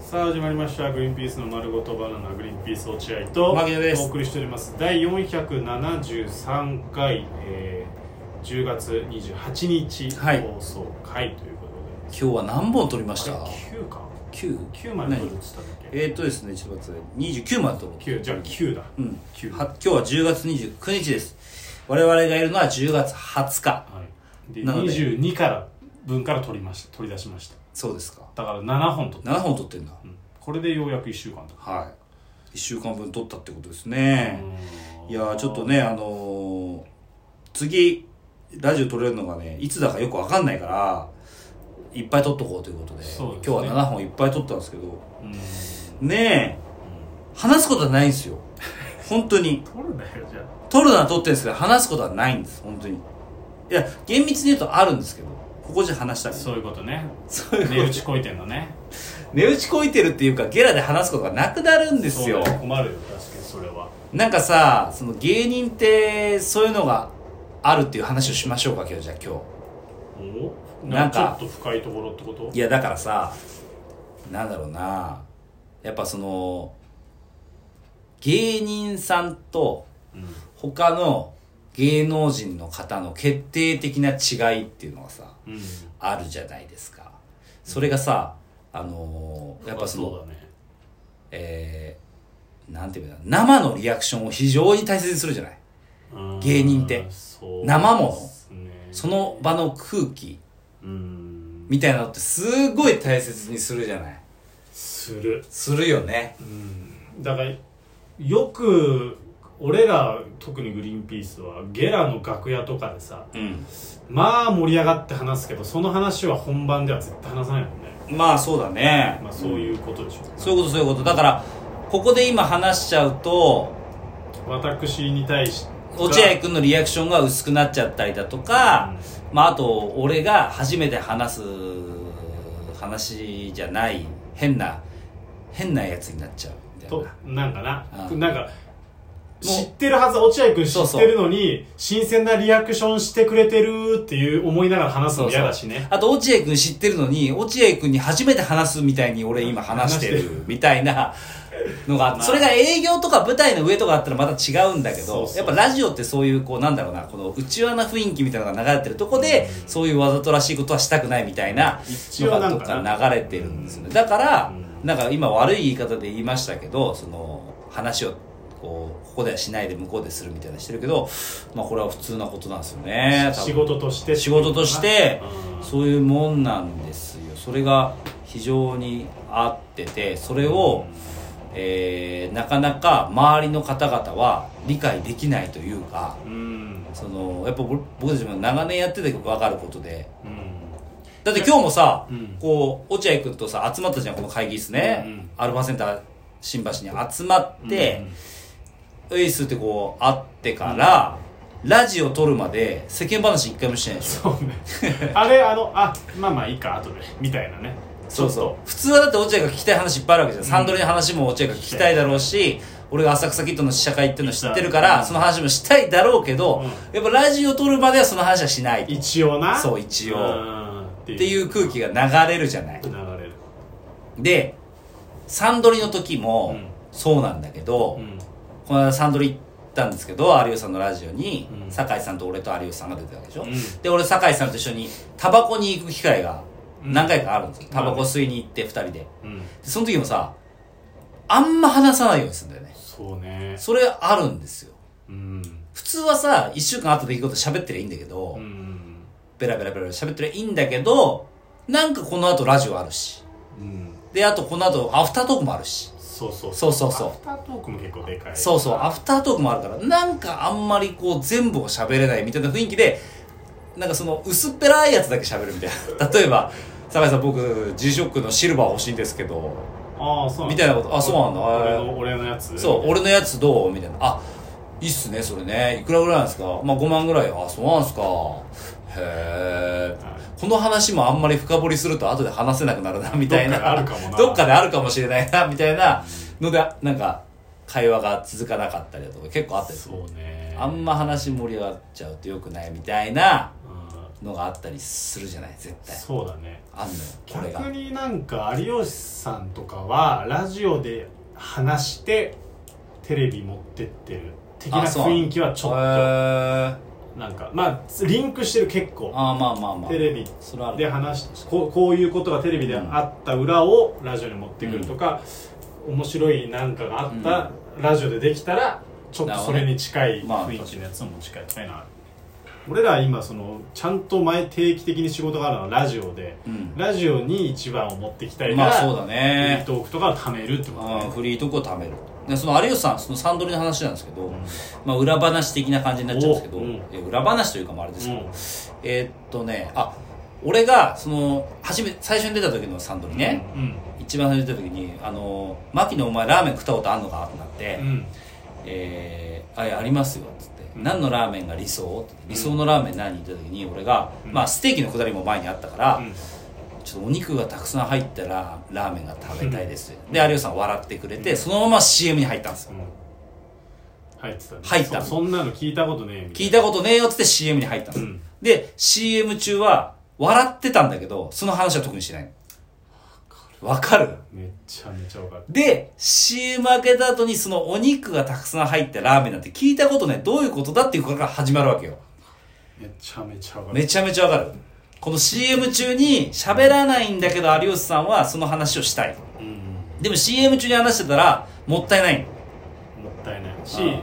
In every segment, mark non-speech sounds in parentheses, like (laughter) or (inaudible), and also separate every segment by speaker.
Speaker 1: さあ始まりました「グリーンピースの丸ごとバナナグリーンピース落合」と
Speaker 2: 牧野です
Speaker 1: お送りしております第473回、えー、10月28日
Speaker 2: はい
Speaker 1: 放送回ということで、
Speaker 2: 日は何本撮りました
Speaker 1: あれ9か
Speaker 2: 9?
Speaker 1: 9まで撮るっつったっけ
Speaker 2: えーっとですねちょっと待ってください29まで撮ろう
Speaker 1: 9じゃあ9だ、
Speaker 2: うんは
Speaker 1: 9
Speaker 2: 今日は10月29日です我々がいるのは10月20日
Speaker 1: はい、で
Speaker 2: なので
Speaker 1: 22から分から取りました取り出しました
Speaker 2: そうですか
Speaker 1: だから7本取った、
Speaker 2: 7本撮ってんだ
Speaker 1: うんこれでようやく1週間だ
Speaker 2: はい1週間分撮ったってことですね
Speaker 1: うん
Speaker 2: いやーちょっとねあのー次ラジオ撮れるのがねいつだかよくわかんないからいっぱい撮っとこうということで
Speaker 1: そうですね
Speaker 2: 今日は7本いっぱい撮ったんですけど
Speaker 1: うん
Speaker 2: ねえ話すことはないんですよ本当に
Speaker 1: 取るんだよじゃ
Speaker 2: 撮るのは撮ってるんですけど話すことはないんです本当にいや厳密に言うとあるんですけどここじゃ話した
Speaker 1: あ
Speaker 2: くない
Speaker 1: そういうことね
Speaker 2: そういう
Speaker 1: 値打ちこいてんのね
Speaker 2: 値打ちこいてるっていうかゲラで話すことがなくなるんですよ
Speaker 1: そうだ困るよ確かにそれは
Speaker 2: なんかさその芸人ってそういうのがあるっていう話をしましょうか今日じゃあ今
Speaker 1: お
Speaker 2: なん
Speaker 1: ちょ
Speaker 2: か
Speaker 1: っと深いところってこと
Speaker 2: 日いやだからさなんだろうなやっぱその芸人さんと
Speaker 1: うん
Speaker 2: 他の芸能人の方の決定的な違いっていうのがさ
Speaker 1: うん
Speaker 2: あるじゃないですかそれがさあのーやっぱその
Speaker 1: うだね
Speaker 2: えー、なんていうかな生のリアクションを非常に大切にするじゃない
Speaker 1: うん
Speaker 2: 芸人って
Speaker 1: そう
Speaker 2: 生もの
Speaker 1: ですね
Speaker 2: その場の空気
Speaker 1: うん
Speaker 2: みたいなのってすごい大切にするじゃない
Speaker 1: する
Speaker 2: するよね
Speaker 1: うんだからよく俺ら特にグリーンピースはゲラの楽屋とかでさ
Speaker 2: うん
Speaker 1: まあ盛り上がって話すけどその話は本番では絶対話さないもんね
Speaker 2: まあそうだね、
Speaker 1: まあそういうことでしょう、
Speaker 2: そういうことそういうことだからここで今話しちゃうと
Speaker 1: 私に対して
Speaker 2: 落合君のリアクションが薄くなっちゃったりだとか、まあ、あと俺が初めて話す話じゃない変な変なやつになっちゃうみたい
Speaker 1: と
Speaker 2: な
Speaker 1: なんかな、
Speaker 2: うん
Speaker 1: なんか知ってるはず落合君知
Speaker 2: そう
Speaker 1: っ
Speaker 2: そう
Speaker 1: てるのに新鮮なリアクションしてくれてるっていう思いながら話すの嫌だしね
Speaker 2: あと落合君知ってるのに落合君に初めて話すみたいに俺今話して
Speaker 1: 話して
Speaker 2: るみたいなの
Speaker 1: (laughs)
Speaker 2: があってそれが営業とか舞台の上とかあったらまた違うんだけど
Speaker 1: そうそう
Speaker 2: やっぱラジオってそういうこうなんだろうなこの内輪な雰囲気みたいなのが流れてるとこで、そういうわざとらしいことはしたくないみたいな
Speaker 1: 一
Speaker 2: の
Speaker 1: 応
Speaker 2: が
Speaker 1: な
Speaker 2: ど
Speaker 1: ん
Speaker 2: っ
Speaker 1: か
Speaker 2: か
Speaker 1: な
Speaker 2: 流れてるんですよねだから
Speaker 1: う
Speaker 2: なんか今悪い言い方で言いましたけどその話をこうここではしないで向こうでするみたいなしてるけどまあこれは普通なことなんですよね多分
Speaker 1: 仕事として
Speaker 2: 仕事として
Speaker 1: うん
Speaker 2: そういうもんなんですよそれが非常に合っててそれを、えーなかなか周りの方々は理解できないというか
Speaker 1: うん
Speaker 2: そのやっぱ僕僕たちも長年やってて分かることで
Speaker 1: うん
Speaker 2: だって今日もさ、
Speaker 1: うん
Speaker 2: こう落合君とさ集まったじゃんこの会議室ね、
Speaker 1: うんうん
Speaker 2: アルファセンター新橋に集まって、ウイスってこう会ってから、ラジオ撮るまで世間話一回もしてないでしょ
Speaker 1: そうねあれあのあまあまあいいか後でみたいなね
Speaker 2: そうそう普通はだって落合が聞きたい話いっぱいあるわけじゃん、サンドリの話も落合が聞きたいだろうし俺が浅草キッドの試写会っていうの知ってるからその話もしたいだろうけど、やっぱラジオ撮るまではその話はしないっ
Speaker 1: 一応な
Speaker 2: そう一応
Speaker 1: うんって
Speaker 2: ていう空気が流れるじゃない
Speaker 1: 流れる
Speaker 2: でサンドリの時も
Speaker 1: うん
Speaker 2: そうなんだけど、
Speaker 1: うん
Speaker 2: この間サンドリ行ったんですけど有吉さんのラジオに、
Speaker 1: うん
Speaker 2: 酒井さんと俺と有吉さんが出てたわけでしょ、
Speaker 1: うん
Speaker 2: で俺酒井さんと一緒にタバコに行く機会が何回かあるんですよ
Speaker 1: うん
Speaker 2: タバコ吸いに行って2人で。
Speaker 1: うん
Speaker 2: その時もさ、あんま話さないようにするんだよね。
Speaker 1: そうね
Speaker 2: それあるんですよ。
Speaker 1: うん
Speaker 2: 普通はさ、一週間後でいいこと喋ってりゃいいんだけど、
Speaker 1: うん
Speaker 2: ベラベラベラベラ喋ってりゃいいんだけど、なんかこの後ラジオあるし。
Speaker 1: うん
Speaker 2: で、あとこの後アフタートークもあるし。
Speaker 1: そうそう
Speaker 2: そうそうそう
Speaker 1: アフタートークも結構でかい
Speaker 2: そうそう、アフタートークもあるから、なんかあんまりこう全部を喋れないみたいな雰囲気で、なんかその薄っぺらいやつだけ喋るみたいな。 (laughs) 例えば、酒井さん僕、G-SHOCK のシルバー欲しいんですけど、
Speaker 1: ああそう
Speaker 2: みたいなことあそうなんだ
Speaker 1: 俺
Speaker 2: へ
Speaker 1: の俺のやつ
Speaker 2: そう、俺のやつどうみたいな。あ、いいっすね、それね。いくらぐらいなんですかまあ5万ぐらい。あ、そうなんですか。へえ。この話もあんまり深掘りすると後で話せなくなるな、みたい
Speaker 1: どっかである
Speaker 2: な。
Speaker 1: かもな
Speaker 2: どっかであるかもしれないな、みたいなので、なんか、会話が続かなかったりだとか結構あったりする。
Speaker 1: そうね
Speaker 2: あんま話盛り上がっちゃうと良くないみたいな
Speaker 1: うん
Speaker 2: のがあったりするじゃない絶対
Speaker 1: そうだね
Speaker 2: あんのよこれが
Speaker 1: 逆になんか有吉さんとかはラジオで話してテレビ持ってってる的な
Speaker 2: あそう
Speaker 1: 雰囲気はちょっ
Speaker 2: へー
Speaker 1: となんかまあリンクしてる結構
Speaker 2: あーまあまあまあ
Speaker 1: テレビ
Speaker 2: それはあ
Speaker 1: で
Speaker 2: る
Speaker 1: 話しこうこういうことがテレビであった裏をラジオに持ってくるとか、面白いなんかがあった、ラジオでできたらちょっとそれに近い
Speaker 2: なる
Speaker 1: 雰
Speaker 2: ほどね
Speaker 1: 囲気のやつを持ち帰りたいな、俺ら今そのちゃんと前定期的に仕事があるのはラジオで、
Speaker 2: うん
Speaker 1: ラジオに一番を持ってきたいから、
Speaker 2: まあそうだ
Speaker 1: フリー
Speaker 2: ね
Speaker 1: トークとかを貯めるってことだ
Speaker 2: うん
Speaker 1: ね、
Speaker 2: フリートークを貯めるでその有吉さんそのサンドリの話なんですけど、
Speaker 1: ん
Speaker 2: まあ、裏話的な感じになっちゃうんですけど、
Speaker 1: おうん
Speaker 2: え裏話というかもあれですけど、
Speaker 1: うん
Speaker 2: えーっとねあ俺がその初め最初に出た時のサンドリね、
Speaker 1: うん
Speaker 2: 一番最初に出た時に「あの牧野お前ラーメン食ったことあんのか?」ってなって「
Speaker 1: うん
Speaker 2: えーあいやありますよ」っつって、
Speaker 1: うん
Speaker 2: 何のラーメンが理想?」って言って理想のラーメン何?」って言った時に俺が、
Speaker 1: うん
Speaker 2: まあステーキのくだりも前にあったから、
Speaker 1: うん
Speaker 2: ちょっとお肉がたくさん入ったらラーメンが食べたいですよ、で有吉さん笑ってくれて、そのまま CM に入ったんですよ
Speaker 1: 入ってたね
Speaker 2: 入った
Speaker 1: そそんなの聞いたことねえみた
Speaker 2: 聞
Speaker 1: い
Speaker 2: いたことねえよっつって CM に入ったんです、
Speaker 1: うん
Speaker 2: で CM 中は笑ってたんだけどその話は特にしないのわかる
Speaker 1: なめっちゃめちゃ分かる
Speaker 2: で CM 開けた後にそのお肉がたくさん入ったラーメンなんて聞いたことないどういうことだっていうことから始まるわけよ
Speaker 1: めちゃめちゃ分かる
Speaker 2: めちゃめちゃわかるこの CM 中に喋らないんだけど有吉さんはその話をしたい
Speaker 1: うん
Speaker 2: でも CM 中に話してたらもったいないの
Speaker 1: もったいないし
Speaker 2: あ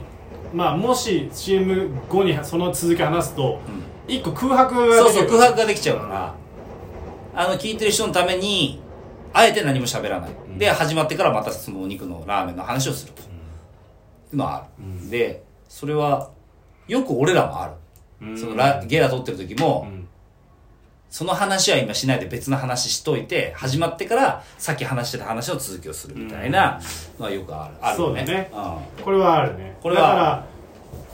Speaker 1: まあもし CM 後にその続き話すと、一個空白が
Speaker 2: そうそう、空白
Speaker 1: が
Speaker 2: ができちゃうから、あの、聞いてる人のために、あえて何も喋らない。
Speaker 1: ん
Speaker 2: で、始まってからまたそのお肉のラーメンの話をすると。いうのはある。
Speaker 1: うん
Speaker 2: で、それは、よく俺らもある。そのラゲラ撮ってる時も、
Speaker 1: うん
Speaker 2: その話は今しないで別の話しといて、始まってから、さっき話してた話の続きをするみたいなのはよくある。あるよね。
Speaker 1: そうだね
Speaker 2: う
Speaker 1: これはあるね
Speaker 2: これは
Speaker 1: だから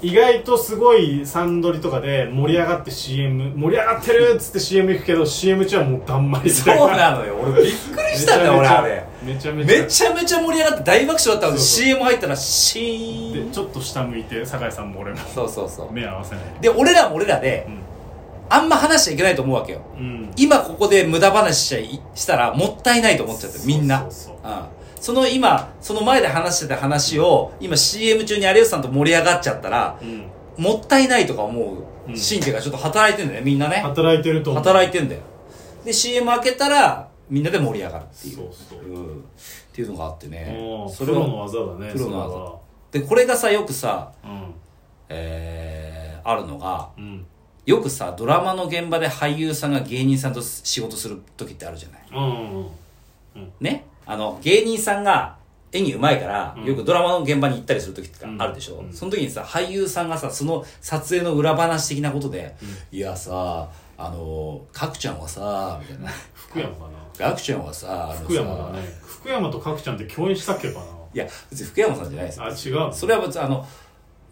Speaker 1: 意外とすごいサンドリとかで盛り上がって CM 盛り上がってるっつって CM 行くけど CM 中はもうだんまり
Speaker 2: ん。そうなのよ。俺びっくりしたんだよ、俺あれ。
Speaker 1: めちゃめちゃ
Speaker 2: (laughs) めちゃめちゃ盛り上がって大爆笑だったの
Speaker 1: そうそう
Speaker 2: で CM 入ったらシーン
Speaker 1: でちょっと下向いて酒井さんも俺も
Speaker 2: そうそうそう
Speaker 1: 目合わせない
Speaker 2: で俺らも俺らで、
Speaker 1: うん
Speaker 2: あんま話しちゃいけないと思うわけよ
Speaker 1: うん
Speaker 2: 今ここで無駄話しちゃいしたらもったいないと思っちゃってるみんな
Speaker 1: そうそうそ
Speaker 2: うんその今その前で話してた話を今 CM 中に有吉さんと盛り上がっちゃったら
Speaker 1: うん
Speaker 2: もったいないとか思う
Speaker 1: うん
Speaker 2: 神経がちょっと働いてんだよねみんなね
Speaker 1: 働いてると思う
Speaker 2: 働いてんだよで CM 開けたらみんなで盛り上がるっていう
Speaker 1: そうそう
Speaker 2: うんっていうのがあってね
Speaker 1: もう
Speaker 2: そ
Speaker 1: プ
Speaker 2: れ
Speaker 1: ロ
Speaker 2: を
Speaker 1: の技だね
Speaker 2: プロの技でこれがさよくさ
Speaker 1: それは
Speaker 2: えー、あるのが
Speaker 1: うんうん
Speaker 2: よくさドラマの現場で俳優さんが芸人さんと仕事する時ってあるじゃない
Speaker 1: うん
Speaker 2: ねあの芸人さんが演技うまいから、
Speaker 1: うん
Speaker 2: よくドラマの現場に行ったりする時って
Speaker 1: うん
Speaker 2: あるでしょ、
Speaker 1: うん
Speaker 2: その時にさ俳優さんがさその撮影の裏話的なことで、いやさあの角ちゃんはさみた
Speaker 1: (laughs)
Speaker 2: いな
Speaker 1: 福山かな
Speaker 2: 角ちゃんはさあのさ
Speaker 1: 福山だね福山と角ちゃんって共演したっけか
Speaker 2: いや別に福山さんじゃないです
Speaker 1: なあ
Speaker 2: よ
Speaker 1: 違う
Speaker 2: それは別にあの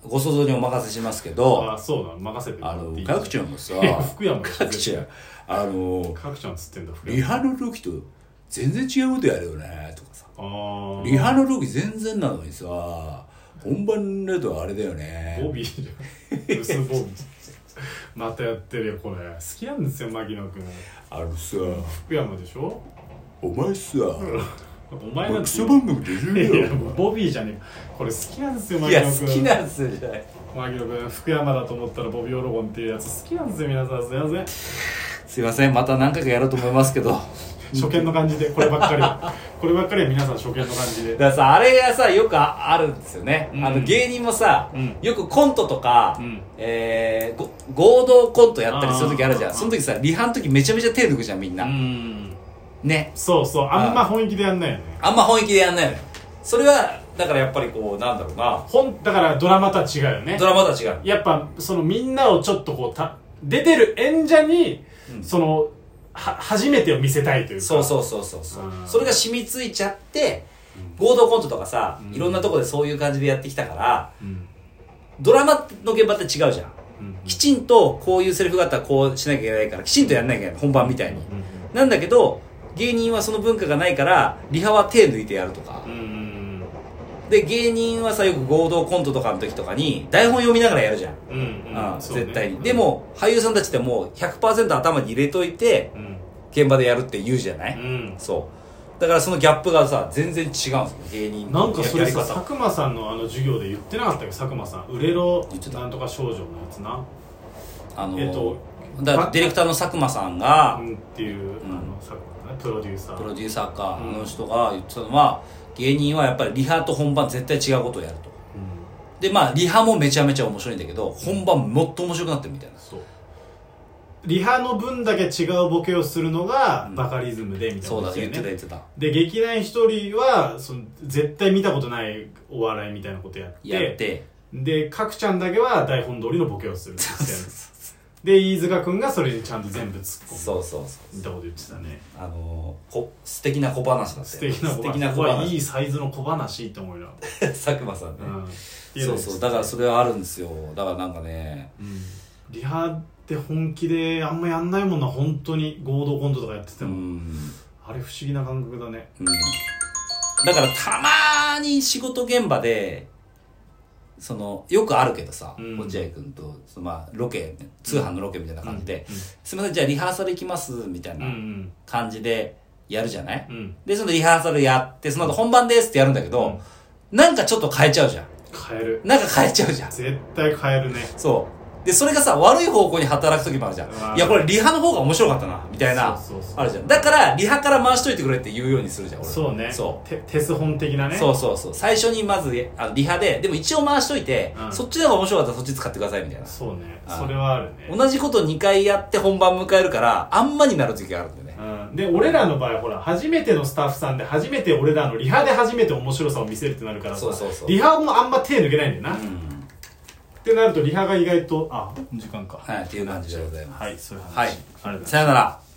Speaker 2: ご想像にお任せしますけど
Speaker 1: あそうなの任せても
Speaker 2: あ
Speaker 1: らっ
Speaker 2: の
Speaker 1: ていい
Speaker 2: 角ちゃんもさ
Speaker 1: いや福山
Speaker 2: 角ちゃんあの
Speaker 1: 角ちゃんっつってんだ福
Speaker 2: リ
Speaker 1: 山
Speaker 2: ハの時と全然違うことやるよねとかさ
Speaker 1: あー
Speaker 2: リハの時全然なのにさ本番だとあれだよ
Speaker 1: ボ
Speaker 2: ね
Speaker 1: ビーじゃん薄ボビーまたやってるよこれ好きなんですよ牧野君
Speaker 2: あのさ
Speaker 1: 福山でしょ
Speaker 2: お前さ
Speaker 1: お前なん
Speaker 2: ク
Speaker 1: て
Speaker 2: ソ番組出
Speaker 1: いや
Speaker 2: る
Speaker 1: い
Speaker 2: よ
Speaker 1: やボビーじゃねえこれ好きなんですよ
Speaker 2: い
Speaker 1: 牧
Speaker 2: や
Speaker 1: 野
Speaker 2: 好
Speaker 1: 君
Speaker 2: きなんすよじゃない
Speaker 1: 牧野君福山だと思ったらボビーオロゴンっていうやつ好きなんですよ皆さんすいません
Speaker 2: すいませんまた何回かやろうと思いますけど
Speaker 1: 初見の感じでこればっかりはこればっかりは皆さん初見の感じ
Speaker 2: (laughs) だ
Speaker 1: で
Speaker 2: からさあれがさよくああるんですよね、
Speaker 1: うん
Speaker 2: あの芸人もさ、
Speaker 1: うん
Speaker 2: よくコントとか、
Speaker 1: うん
Speaker 2: えーご合同コントやったりする時あるじゃ
Speaker 1: あ
Speaker 2: ん
Speaker 1: ー
Speaker 2: その時さリハの時めちゃめちゃ手抜くじゃんみんな、
Speaker 1: ん
Speaker 2: ね
Speaker 1: そうそうあんま本気でやんないよね
Speaker 2: あんま本気でやんないのよそれはだからやっぱりこうなんだろうな
Speaker 1: 本だからドラマとは違うよね
Speaker 2: ドラマとは違う
Speaker 1: やっぱそのみんなをちょっとこうた出てる演者に、
Speaker 2: うん
Speaker 1: そのは初めてを見せたいというか
Speaker 2: そうそうそうそうそう
Speaker 1: うん
Speaker 2: それが染みついちゃって合同コントとかさ、
Speaker 1: うん
Speaker 2: いろんなとこでそういう感じでやってきたから
Speaker 1: うん、
Speaker 2: ドラマの現場って違うじゃん
Speaker 1: うん
Speaker 2: きちんとこういうセリフがあったらこうしなきゃいけないからきちんとやんなきゃいけない本番みたいになんだけど芸人はその文化がないからリハは手抜いてやるとか
Speaker 1: うんうんうん
Speaker 2: で芸人はさよく合同コントとかの時とかに台本読みながらやるじゃん、
Speaker 1: うんうん
Speaker 2: うん
Speaker 1: そうね
Speaker 2: 絶対に、
Speaker 1: うん
Speaker 2: でも俳優さんたちってもう100%頭に入れといて
Speaker 1: うん
Speaker 2: 現場でやるって言うじゃない、
Speaker 1: うん
Speaker 2: そうだからそのギャップがさ全然違うんですよ芸人
Speaker 1: な
Speaker 2: の
Speaker 1: んかそれさ
Speaker 2: やり方
Speaker 1: 佐久間さんのあの授業で言ってなかったっけ佐久間さん売れろ
Speaker 2: 言ってた
Speaker 1: なんとか少女のやつな
Speaker 2: あの、
Speaker 1: えっと
Speaker 2: だからディレクターの佐久間さんが、
Speaker 1: うんっていうあの佐久間さんねプロデューサ
Speaker 2: プ
Speaker 1: ー
Speaker 2: ロデューサーか
Speaker 1: うん
Speaker 2: の人が言ってたのは、芸人はやっぱりリハと本番絶対違うことをやると
Speaker 1: うん
Speaker 2: でまあリハもめちゃめちゃ面白いんだけど本番もっと面白くなってるみたいな
Speaker 1: そうリハの分だけ違うボケをするのが
Speaker 2: うん
Speaker 1: バカリズムでみたいな
Speaker 2: そうだ
Speaker 1: ことだ
Speaker 2: 言
Speaker 1: よ
Speaker 2: っ
Speaker 1: ね
Speaker 2: てた言ってた
Speaker 1: で劇団一人はその絶対見たことないお笑いみたいなことやって
Speaker 2: やって
Speaker 1: で角ちゃんだけは台本通りのボケをするみたい
Speaker 2: (laughs)
Speaker 1: なで飯塚君がそれにちゃんと全部突っ込む
Speaker 2: そうそうそう
Speaker 1: みたいなこと言ってたね
Speaker 2: あのーこ素敵な小話だって
Speaker 1: 素敵な小
Speaker 2: 素
Speaker 1: 話
Speaker 2: 敵な
Speaker 1: こ
Speaker 2: 小
Speaker 1: れはい
Speaker 2: 話
Speaker 1: いサイズの小話って思いなが
Speaker 2: (laughs) 佐久間さんね
Speaker 1: ら、うん、
Speaker 2: そうそうだから
Speaker 1: そ
Speaker 2: それはあるんですよだからなんかね
Speaker 1: うん、リハって本気であんまやんないもんな本当に合同コントとかやってて
Speaker 2: う
Speaker 1: も、
Speaker 2: ん
Speaker 1: あれ不思議な感覚だね
Speaker 2: うんだからたまに仕事現場でそのよくあるけどさ、
Speaker 1: うん
Speaker 2: 落合君とそのまあロケ通販のロケみたいな感じで、すみませんじゃあリハーサル行きますみたい
Speaker 1: うんう
Speaker 2: なん感じでやるじゃない、
Speaker 1: うんうん
Speaker 2: でそのリハーサルやってその後本番ですってやるんだけど、なんかちょっと変えちゃうじゃん
Speaker 1: 変える
Speaker 2: なんか変えちゃうじゃん
Speaker 1: 絶対変えるね
Speaker 2: そうでそれがさ悪い方向に働く時もあるじゃ
Speaker 1: うわ
Speaker 2: んいやこれリハの方が面白かったなみたいな
Speaker 1: そうそうそう
Speaker 2: あるじゃんだからリハから回しといてくれって言うようにするじゃん俺
Speaker 1: そうね
Speaker 2: そう
Speaker 1: テテス本的なね
Speaker 2: そうそうそう最初にまずあのリハででも一応回しといて、
Speaker 1: うん
Speaker 2: そっちの方が面白かったらそっち使ってくださいみたいな
Speaker 1: そうね
Speaker 2: あー
Speaker 1: それはあるね、
Speaker 2: 同じこと2回やって本番迎えるからあんまになる時があるんだよね
Speaker 1: うん、で俺らの場合ほら初めてのスタッフさんで初めて俺らのリハで初めて面白さを見せるってなるからさ
Speaker 2: そうそうそう
Speaker 1: リハもあんま手抜けないんだよな、
Speaker 2: う
Speaker 1: っ
Speaker 2: ん
Speaker 1: てなるとリハが意外とあ時間か
Speaker 2: はいっていう感じでございます
Speaker 1: はいそういう話、
Speaker 2: はい
Speaker 1: ありがとうございます
Speaker 2: さよなら